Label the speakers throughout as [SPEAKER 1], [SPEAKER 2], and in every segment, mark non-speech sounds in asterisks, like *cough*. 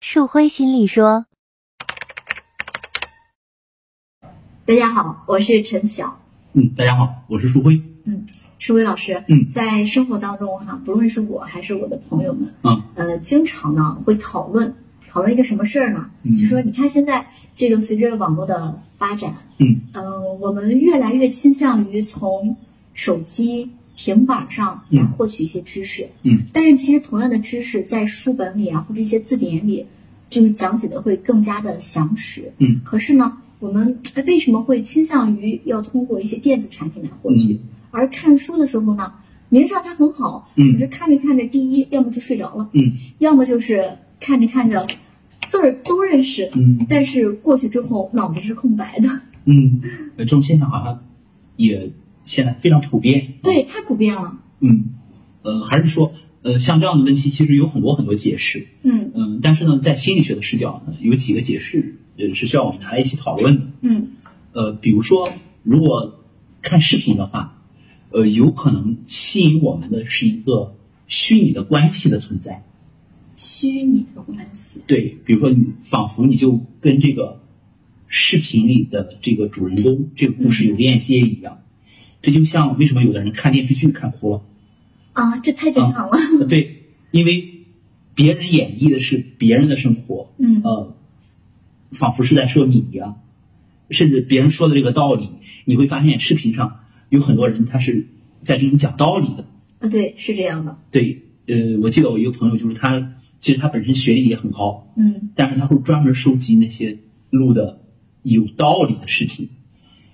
[SPEAKER 1] 树辉心里说
[SPEAKER 2] 大家好，我是陈晓。
[SPEAKER 3] 嗯，大家好，我是树辉。
[SPEAKER 2] 舒伟老师，
[SPEAKER 3] 嗯
[SPEAKER 2] 在生活当中哈、不论是我还是我的朋友们，
[SPEAKER 3] 嗯，
[SPEAKER 2] 呃，经常呢会讨论讨论一个什么事儿呢？
[SPEAKER 3] 嗯
[SPEAKER 2] 就说你看现在这个随着网络的发展，
[SPEAKER 3] 嗯，
[SPEAKER 2] 呃，我们越来越倾向于从手机、平板上来
[SPEAKER 3] 嗯
[SPEAKER 2] 获取一些知识，
[SPEAKER 3] 嗯，
[SPEAKER 2] 但是其实同样的知识在书本里啊或者一些字典里，就是讲解的会更加的详实，
[SPEAKER 3] 嗯，
[SPEAKER 2] 可是呢，我们哎为什么会倾向于要通过一些电子产品来获取？
[SPEAKER 3] 嗯
[SPEAKER 2] 而看书的时候呢，名上它很好，
[SPEAKER 3] 嗯
[SPEAKER 2] 可是看着看着，第一，要么就睡着了，
[SPEAKER 3] 嗯，
[SPEAKER 2] 要么就是看着看着，字儿都认识，
[SPEAKER 3] 嗯
[SPEAKER 2] 但是过去之后脑子是空白的，
[SPEAKER 3] 嗯，呃这种现象好像也现在非常普遍。
[SPEAKER 2] 对，太普遍了，
[SPEAKER 3] 嗯，呃，还是说，呃，像这样的问题其实有很多很多解释。
[SPEAKER 2] 嗯
[SPEAKER 3] 嗯，但是呢，在心理学的视角呢，有几个解释呃是需要我们拿来一起讨论的。
[SPEAKER 2] 嗯
[SPEAKER 3] 呃，比如说，如果看视频的话，呃，有可能吸引我们的是一个虚拟的关系的存在。
[SPEAKER 2] 虚拟的关系，
[SPEAKER 3] 对，比如说你仿佛你就跟这个视频里的这个主人公这个故事有链接一样。这就像为什么有的人看电视剧看哭了，
[SPEAKER 2] 啊，这太健康了，
[SPEAKER 3] 呃对，因为别人演绎的是别人的生活，
[SPEAKER 2] 嗯
[SPEAKER 3] 呃，仿佛是在说你一样，甚至别人说的这个道理，你会发现视频上有很多人他是在这种讲道理的。
[SPEAKER 2] 啊，对，是这样的，
[SPEAKER 3] 对，呃，我记得我一个朋友，就是他其实他本身学历也很高，
[SPEAKER 2] 嗯
[SPEAKER 3] 但是他会专门收集那些录的有道理的视频，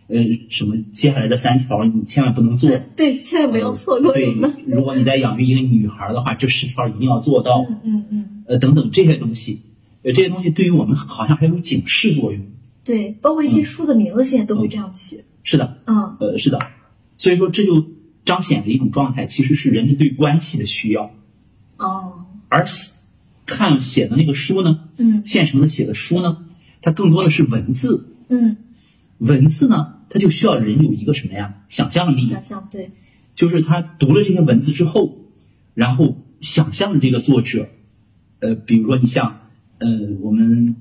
[SPEAKER 3] 呃，什么接下来这三条你千万不能做，
[SPEAKER 2] 对，千万不要错过
[SPEAKER 3] 啊对
[SPEAKER 2] 你们，，
[SPEAKER 3] 如果你在养育一个女孩的话，这十条一定要做到，
[SPEAKER 2] 嗯嗯嗯，
[SPEAKER 3] 呃，等等这些东西，呃，这些东西对于我们好像还有警示作用。
[SPEAKER 2] 对，包括一
[SPEAKER 3] 嗯
[SPEAKER 2] 些书的名字现在都会这样起，
[SPEAKER 3] 是的，
[SPEAKER 2] 嗯
[SPEAKER 3] 呃，是的，所以说这就彰显了一种状态，其实是人们对关系的需要，
[SPEAKER 2] 哦，
[SPEAKER 3] 而看写的那个书呢，
[SPEAKER 2] 嗯
[SPEAKER 3] 现成的写的书呢，它更多的是文字，
[SPEAKER 2] 嗯，
[SPEAKER 3] 文字呢，它就需要人有一个什么呀？想象力，
[SPEAKER 2] 想象对，
[SPEAKER 3] 就是他读了这些文字之后，然后想象着这个作者，呃，比如说你像，呃，我们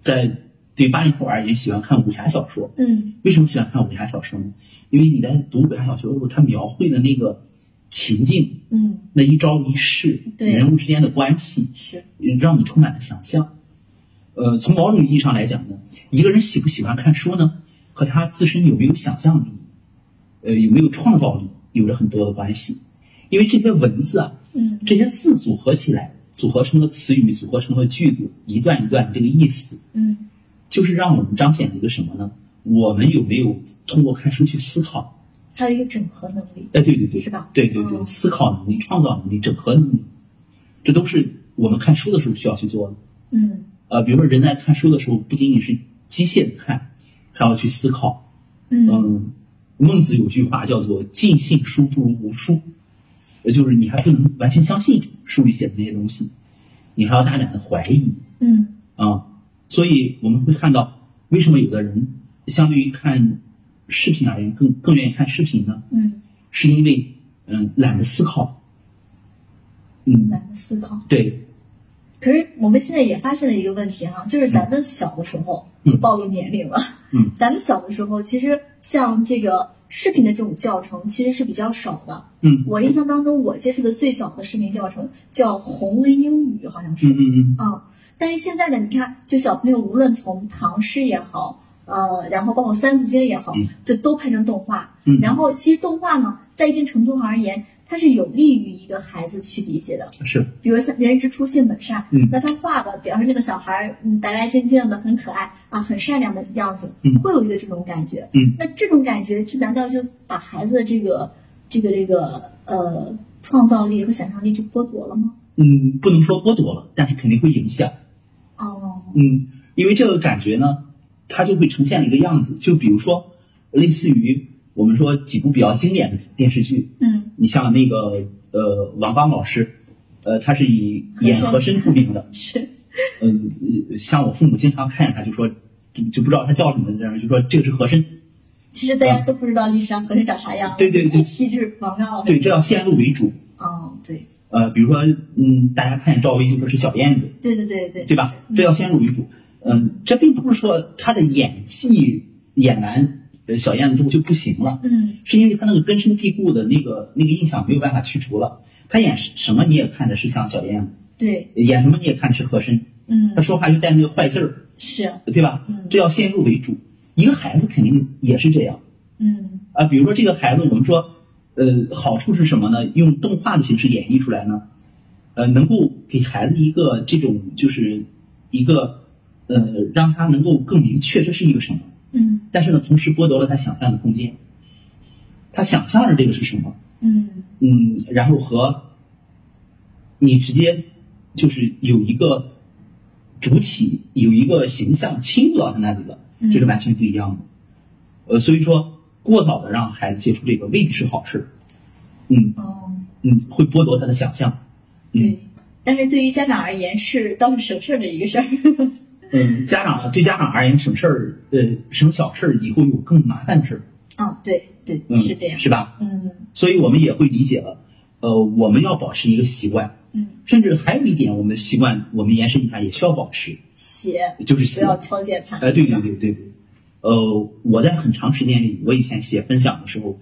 [SPEAKER 3] 在对八零后而言喜欢看武侠小说，
[SPEAKER 2] 嗯
[SPEAKER 3] 为什么喜欢看武侠小说呢？因为你在读武侠小说的时候，它描绘的那个情境、
[SPEAKER 2] 嗯
[SPEAKER 3] 那一招一式、
[SPEAKER 2] 对
[SPEAKER 3] 人物之间的关系，
[SPEAKER 2] 是，
[SPEAKER 3] 让你充满了想象。呃，从某种意义上来讲呢，一个人喜不喜欢看书呢，和他自身有没有想象力，呃，有没有创造力，有着很多的关系。因为这些文字啊，
[SPEAKER 2] 嗯
[SPEAKER 3] 这些字组合起来，组合成了词语，组合成了句子，一段一段这个意思，
[SPEAKER 2] 嗯。
[SPEAKER 3] 就是让我们彰显一个什么呢？我们有没有通过看书去思考？
[SPEAKER 2] 还有一个整合能力。
[SPEAKER 3] 哎，对对对，
[SPEAKER 2] 是吧
[SPEAKER 3] 对对对，
[SPEAKER 2] 嗯
[SPEAKER 3] 思考能力、创造能力、整合能力，这都是我们看书的时候需要去做的。
[SPEAKER 2] 嗯
[SPEAKER 3] 呃，比如说人在看书的时候，不仅仅是机械的看，还要去思考。
[SPEAKER 2] 嗯
[SPEAKER 3] 嗯，孟子有句话叫做“尽信书不如无书”，也就是你还不能完全相信书里写的那些东西，你还要大胆的怀疑
[SPEAKER 2] 嗯
[SPEAKER 3] 啊。所以我们会看到，为什么有的人相对于看视频而言更更愿意看视频呢？
[SPEAKER 2] 嗯，
[SPEAKER 3] 是因为嗯懒得思考。嗯，
[SPEAKER 2] 难得思考。
[SPEAKER 3] 对，
[SPEAKER 2] 可是我们现在也发现了一个问题哈、就是咱们小的时候，
[SPEAKER 3] 嗯
[SPEAKER 2] 暴露年龄了。
[SPEAKER 3] 嗯，
[SPEAKER 2] 咱们小的时候，其实像这个视频的这种教程，其实是比较少的。
[SPEAKER 3] 嗯
[SPEAKER 2] 我印象当中，我接触的最早的视频教程叫《红温英语》，好像是。
[SPEAKER 3] 嗯嗯嗯，
[SPEAKER 2] 嗯，但是现在呢，你看，就小朋友无论从唐诗也好，呃，然后包括《三字经》也好
[SPEAKER 3] 嗯，
[SPEAKER 2] 就都拍成动画。
[SPEAKER 3] 嗯
[SPEAKER 2] 然后其实动画呢，在一定程度上而言，它是有利于一个孩子去理解的。
[SPEAKER 3] 是，
[SPEAKER 2] 比如像“人之初，性本善”，
[SPEAKER 3] 嗯
[SPEAKER 2] 那他画的，比方说这个小孩儿，嗯，白白净净的，很可爱啊，很善良的样子，
[SPEAKER 3] 嗯
[SPEAKER 2] 会有一个这种感觉。
[SPEAKER 3] 嗯
[SPEAKER 2] 那这种感觉，这难道就把孩子的这个、这个、这个呃创造力和想象力就剥夺了吗？
[SPEAKER 3] 嗯，不能说剥夺了，但是肯定会影响。
[SPEAKER 2] 哦，
[SPEAKER 3] 嗯，因为这个感觉呢，它就会呈现一个样子。就比如说，类似于我们说几部比较经典的电视剧，
[SPEAKER 2] 嗯，
[SPEAKER 3] 你像那个呃王刚老师，呃，他是以演和珅出名的。
[SPEAKER 2] 是，
[SPEAKER 3] 嗯，呃像我父母经常看见他就说，就就不知道他叫什么，然后就说这个是和珅。
[SPEAKER 2] 其实大家都不知道历史上和珅长啥样， *laughs*
[SPEAKER 3] 对对对
[SPEAKER 2] 一提就是王刚老师。
[SPEAKER 3] 对，这要先入为主。
[SPEAKER 2] 哦，对，
[SPEAKER 3] 呃，比如说，嗯，大家看见赵薇就说是小燕子，
[SPEAKER 2] 对对对对
[SPEAKER 3] 对吧？这要先入为主。嗯，这并不是说她的演技演完呃小燕子之后就不行了，
[SPEAKER 2] 嗯
[SPEAKER 3] 是因为她那个根深蒂固的那个那个印象没有办法去除了。她演什么你也看着是像小燕子，
[SPEAKER 2] 对，
[SPEAKER 3] 演什么你也看着是和珅，
[SPEAKER 2] 嗯
[SPEAKER 3] 她说话就带那个坏劲儿，
[SPEAKER 2] 是，
[SPEAKER 3] 对吧？
[SPEAKER 2] 嗯
[SPEAKER 3] 这要先入为主。一个孩子肯定也是这样。
[SPEAKER 2] 嗯
[SPEAKER 3] 啊，比如说这个孩子，我们说，呃，好处是什么呢？用动画的形式演绎出来呢，呃，能够给孩子一个这种就是一个呃，让他能够更明确这是一个什么，
[SPEAKER 2] 嗯
[SPEAKER 3] 但是呢，同时剥夺了他想象的空间，他想象着这个是什么，
[SPEAKER 2] 嗯
[SPEAKER 3] 嗯，然后和你直接就是有一个主体，有一个形象倾注到他那里了，
[SPEAKER 2] 嗯
[SPEAKER 3] 这是完全不一样的。呃，所以说过早的让孩子接触这个未必是好事，嗯
[SPEAKER 2] 哦，
[SPEAKER 3] 嗯，会剥夺他的想象。
[SPEAKER 2] 对。
[SPEAKER 3] 嗯
[SPEAKER 2] 但是对于家长而言是倒是省事儿的一个事儿。 *laughs*
[SPEAKER 3] 嗯，家长对家长而言，省事儿，呃，省小事儿，以后有更麻烦的事儿，
[SPEAKER 2] 嗯，对对，
[SPEAKER 3] 嗯，
[SPEAKER 2] 是这样。
[SPEAKER 3] 是吧？
[SPEAKER 2] 嗯
[SPEAKER 3] 所以我们也会理解了，呃，我们要保持一个习惯，
[SPEAKER 2] 嗯，
[SPEAKER 3] 甚至还有一点，我们的习惯，我们延伸一下，也需要保持，
[SPEAKER 2] 写
[SPEAKER 3] 就是
[SPEAKER 2] 不
[SPEAKER 3] 写。
[SPEAKER 2] 要敲键盘。
[SPEAKER 3] 哎，对对对对对，呃，我在很长时间里，我以前写分享的时候，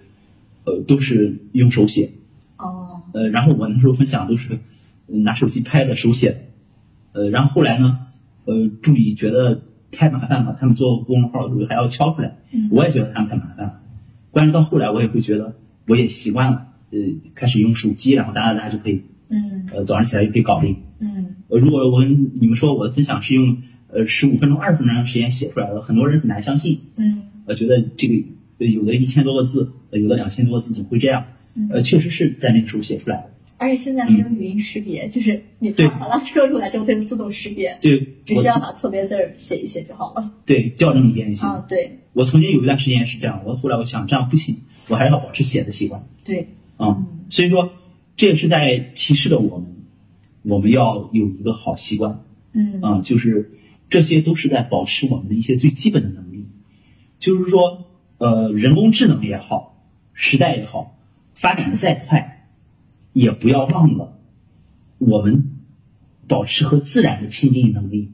[SPEAKER 3] 呃，都是用手写，
[SPEAKER 2] 哦，
[SPEAKER 3] 呃，然后我那时候分享都是呃拿手机拍的手写的，呃，然后后来呢，呃，助理觉得太麻烦了，他们做公众号的时候还要敲出来，
[SPEAKER 2] 嗯
[SPEAKER 3] 我也觉得他们太麻烦了，关键到后来我也会觉得我也习惯了，呃，开始用手机，然后哒哒哒就可以，
[SPEAKER 2] 嗯
[SPEAKER 3] 呃，早上起来就可以搞定。
[SPEAKER 2] 嗯
[SPEAKER 3] 呃，如果我跟你们说我的分享是用呃十五分钟、二十分钟时间写出来的，很多人很难相信。
[SPEAKER 2] 嗯
[SPEAKER 3] 呃，觉得这个呃有的一千多个字，呃有的两千多个字，怎么会这样？呃，
[SPEAKER 2] 嗯。
[SPEAKER 3] 确实是在那个时候写出来的。
[SPEAKER 2] 而且现在还有语音识别，就是你
[SPEAKER 3] 嗯对
[SPEAKER 2] 啪啦说出来之后，它就自动识别，
[SPEAKER 3] 对，
[SPEAKER 2] 只
[SPEAKER 3] 我
[SPEAKER 2] 需要把错别字儿写一写就好了。
[SPEAKER 3] 对校正一遍就行。
[SPEAKER 2] 啊，对
[SPEAKER 3] 我曾经有一段时间是这样，我后来我想这样不行，我还是要保持写的习惯
[SPEAKER 2] 对，
[SPEAKER 3] 啊、
[SPEAKER 2] 嗯
[SPEAKER 3] 所以说，这也是在提示着我们，我们要有一个好习惯
[SPEAKER 2] 嗯
[SPEAKER 3] 啊、就是这些都是在保持我们的一些最基本的能力。就是说，呃，人工智能也好，时代也好，发展的再快，也不要忘了我们保持和自然的亲近能力。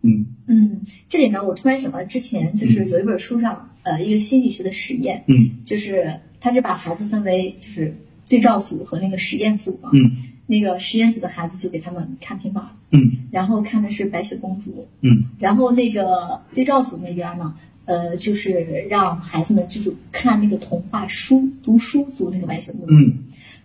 [SPEAKER 3] 嗯
[SPEAKER 2] 嗯，这里呢，我突然想到之前就是有一本书上，呃，一个心理学的实验，
[SPEAKER 3] 嗯
[SPEAKER 2] 就是它是把孩子分为就是对照组和那个实验组嘛。
[SPEAKER 3] 嗯
[SPEAKER 2] 那个实验组的孩子就给他们看平板儿，
[SPEAKER 3] 嗯
[SPEAKER 2] 然后看的是白雪公主，
[SPEAKER 3] 嗯
[SPEAKER 2] 然后那个对照组那边呢，呃，就是让孩子们就是看那个童话书，读书读那个白雪公主。
[SPEAKER 3] 嗯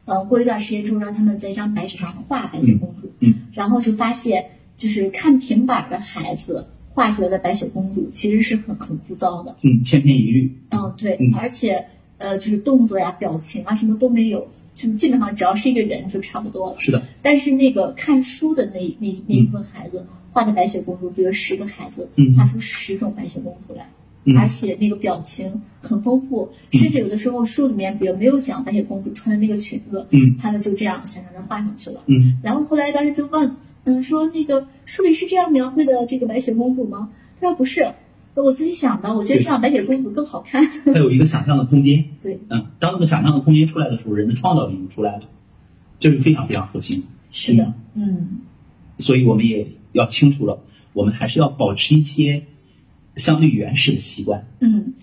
[SPEAKER 2] 呃，过一段时间之后，让他们在一张白纸上画白雪公主，
[SPEAKER 3] 嗯
[SPEAKER 2] 然后就发现，就是看平板的孩子画出来的白雪公主其实是很很枯燥的，
[SPEAKER 3] 嗯，千篇一律。
[SPEAKER 2] 嗯，对
[SPEAKER 3] 嗯，
[SPEAKER 2] 而且呃，就是动作呀、表情啊什么都没有，就基本上只要是一个人就差不多了。
[SPEAKER 3] 是的，
[SPEAKER 2] 但是那个看书的那那那一部分孩子画的白雪公主，比如十个孩子
[SPEAKER 3] 嗯
[SPEAKER 2] 画出十种白雪公主来，
[SPEAKER 3] 嗯
[SPEAKER 2] 而且那个表情很丰富，
[SPEAKER 3] 嗯
[SPEAKER 2] 甚至有的时候书里面比如没有讲白雪公主穿的那个裙子，
[SPEAKER 3] 嗯
[SPEAKER 2] 他们就这样想象着画上去了。
[SPEAKER 3] 嗯
[SPEAKER 2] 然后后来当时就问，嗯，说那个书里是这样描绘的这个白雪公主吗？他说不是，我自己想的，我觉得这样白雪公主更好看。
[SPEAKER 3] 它有一个想象的空间。
[SPEAKER 2] 对，
[SPEAKER 3] 嗯，当那个想象的空间出来的时候，人的创造力就出来了，这是非常非常核心的。
[SPEAKER 2] 是的，嗯
[SPEAKER 3] 所以我们也要清楚了，我们还是要保持一些相对原始的习惯。
[SPEAKER 2] 嗯，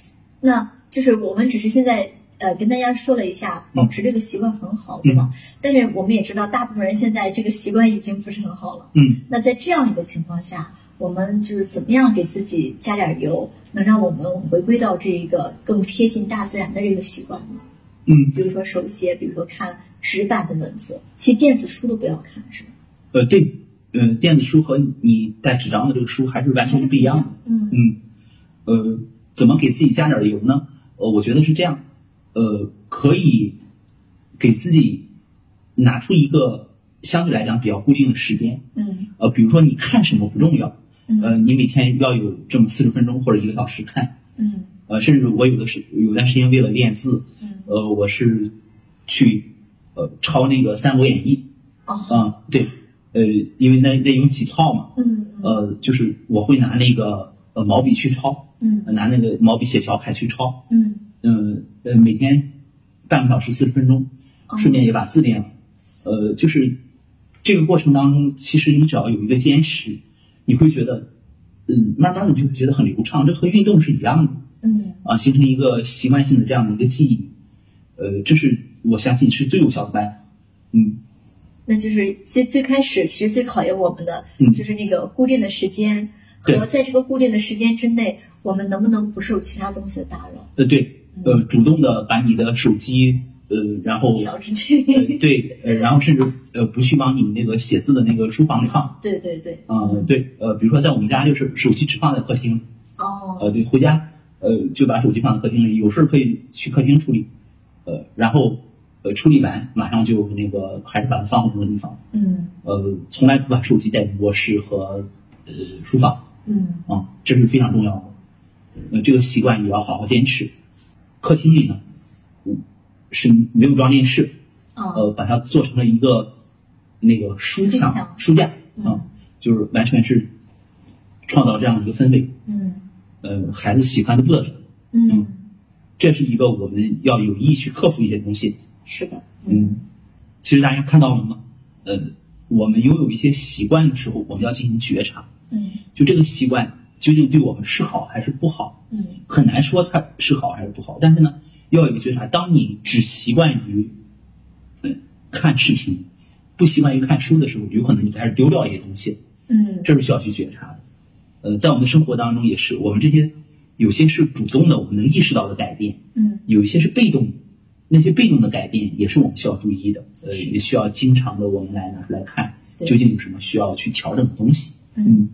[SPEAKER 2] 那就是我们只是现在呃跟大家说了一下，
[SPEAKER 3] 嗯
[SPEAKER 2] 保持这个习惯很好，对吧？但是我们也知道，大部分人现在这个习惯已经不是很好了。
[SPEAKER 3] 嗯
[SPEAKER 2] 那在这样一个情况下，我们就是怎么样给自己加点油，能让我们回归到这一个更贴近大自然的这个习惯呢？
[SPEAKER 3] 嗯，
[SPEAKER 2] 比如说手写，比如说看纸板的文字，其实电子书都不要看，是吧？
[SPEAKER 3] 呃，对，嗯、电子书和你带纸张的这个书还是完全是不一样的。
[SPEAKER 2] 嗯
[SPEAKER 3] 嗯，呃，怎么给自己加点油呢？呃，我觉得是这样，呃，可以给自己拿出一个相对来讲比较固定的时间，
[SPEAKER 2] 嗯
[SPEAKER 3] 呃，比如说你看什么不重要，呃，
[SPEAKER 2] 嗯
[SPEAKER 3] 你每天要有这么四十分钟或者一个小时看，
[SPEAKER 2] 嗯
[SPEAKER 3] 呃，甚至我有的是有段时间为了练字，
[SPEAKER 2] 嗯
[SPEAKER 3] 呃，我是去呃抄那个《三国演义》
[SPEAKER 2] 哦
[SPEAKER 3] 啊、对，呃，因为那那有几套嘛，
[SPEAKER 2] 嗯嗯
[SPEAKER 3] 呃，就是我会拿那个呃毛笔去抄，
[SPEAKER 2] 嗯
[SPEAKER 3] 拿那个毛笔写小楷去抄，
[SPEAKER 2] 嗯
[SPEAKER 3] 嗯呃每天半个小时四十分钟，
[SPEAKER 2] 哦
[SPEAKER 3] 顺便也把字练了，呃，就是这个过程当中，其实你只要有一个坚持，你会觉得，嗯，慢慢的就会觉得很流畅。这和运动是一样的
[SPEAKER 2] 嗯
[SPEAKER 3] 啊，形成一个习惯性的这样的一个记忆，呃，这是我相信是最有效的办法。嗯，
[SPEAKER 2] 那就是最最开始其实最考验我们的、
[SPEAKER 3] 嗯
[SPEAKER 2] 就是那个固定的时间
[SPEAKER 3] 对
[SPEAKER 2] 和在这个固定的时间之内，我们能不能不受其他东西的打扰，
[SPEAKER 3] 呃，对，呃，主动的把你的手机，呃，然后
[SPEAKER 2] 调制这
[SPEAKER 3] 呃
[SPEAKER 2] *laughs* 个。，
[SPEAKER 3] 对，呃，然后甚至呃不去往你那个写字的那个书房里放，
[SPEAKER 2] 对对对，
[SPEAKER 3] 啊、对，呃，比如说在我们家就是手机只放在客厅，
[SPEAKER 2] 哦，
[SPEAKER 3] 呃，对，回家呃就把手机放在客厅里，有事儿可以去客厅处理，呃，然后呃处理完马上就那个还是把它放回那个地方，
[SPEAKER 2] 嗯
[SPEAKER 3] 呃，从来不把手机带进卧室和呃书房啊、
[SPEAKER 2] 嗯
[SPEAKER 3] 这是非常重要的，呃，这个习惯也要好好坚持。客厅里呢，嗯，是没有装电视，
[SPEAKER 2] 哦，
[SPEAKER 3] 呃，把它做成了一个那个书
[SPEAKER 2] 书
[SPEAKER 3] 墙
[SPEAKER 2] 墙、
[SPEAKER 3] 书架
[SPEAKER 2] 嗯
[SPEAKER 3] 啊，就是完全是创造这样一个氛围，
[SPEAKER 2] 嗯
[SPEAKER 3] 呃，孩子喜欢的不得了。
[SPEAKER 2] 嗯，
[SPEAKER 3] 这是一个我们要有意去克服一些东西。
[SPEAKER 2] 是的，
[SPEAKER 3] 嗯，其实大家看到了吗？呃，我们拥有一些习惯的时候，我们要进行觉察，
[SPEAKER 2] 嗯
[SPEAKER 3] 就这个习惯究竟对我们是好还是不好，
[SPEAKER 2] 嗯
[SPEAKER 3] 很难说它是好还是不好。但是呢，要有一个觉察，当你只习惯于，嗯，看视频，不习惯于看书的时候，有可能你开始丢掉一些东西，
[SPEAKER 2] 嗯
[SPEAKER 3] 这是需要去觉察的。呃，在我们的生活当中也是，我们这些有些是主动的，我们能意识到的改变，
[SPEAKER 2] 嗯
[SPEAKER 3] 有一些是被动的，那些被动的改变也是我们需要注意的，呃，
[SPEAKER 2] 是
[SPEAKER 3] 也需要经常的我们来拿出来看，
[SPEAKER 2] 对
[SPEAKER 3] 究竟有什么需要去调整的东西。
[SPEAKER 2] 嗯，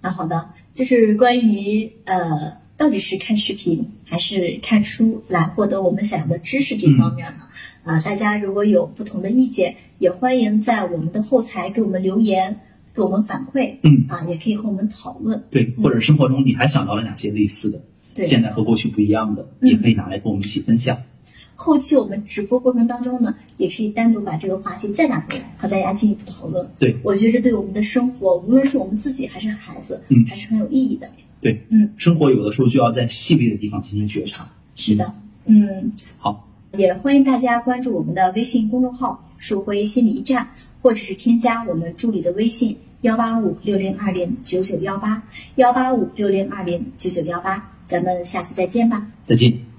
[SPEAKER 2] 那好的，就是关于呃，到底是看视频还是看书来获得我们想要的知识这方面呢？
[SPEAKER 3] 嗯
[SPEAKER 2] 啊，大家如果有不同的意见，也欢迎在我们的后台给我们留言，给我们反馈
[SPEAKER 3] 嗯，
[SPEAKER 2] 啊，也可以和我们讨论。
[SPEAKER 3] 对，或者生活中你还想到了哪些类似的，现
[SPEAKER 2] 嗯对，
[SPEAKER 3] 在和过去不一样的，
[SPEAKER 2] 嗯
[SPEAKER 3] 也可以拿来跟我们一起分享。
[SPEAKER 2] 后期我们直播过程当中呢，也可以单独把这个话题再拿回来，和大家进一步讨论。
[SPEAKER 3] 对，
[SPEAKER 2] 我觉得这对我们的生活，无论是我们自己还是孩子，
[SPEAKER 3] 嗯
[SPEAKER 2] 还是很有意义的。
[SPEAKER 3] 对，
[SPEAKER 2] 嗯，
[SPEAKER 3] 生活有的时候就要在细微的地方进行觉察。
[SPEAKER 2] 是的，嗯，
[SPEAKER 3] 好，
[SPEAKER 2] 也欢迎大家关注我们的微信公众号“树辉心理驿站”，或者是添加我们助理的微信幺八五六零二零九九幺八幺八五六零二零九九幺八，咱们下次再见吧。
[SPEAKER 3] 再见。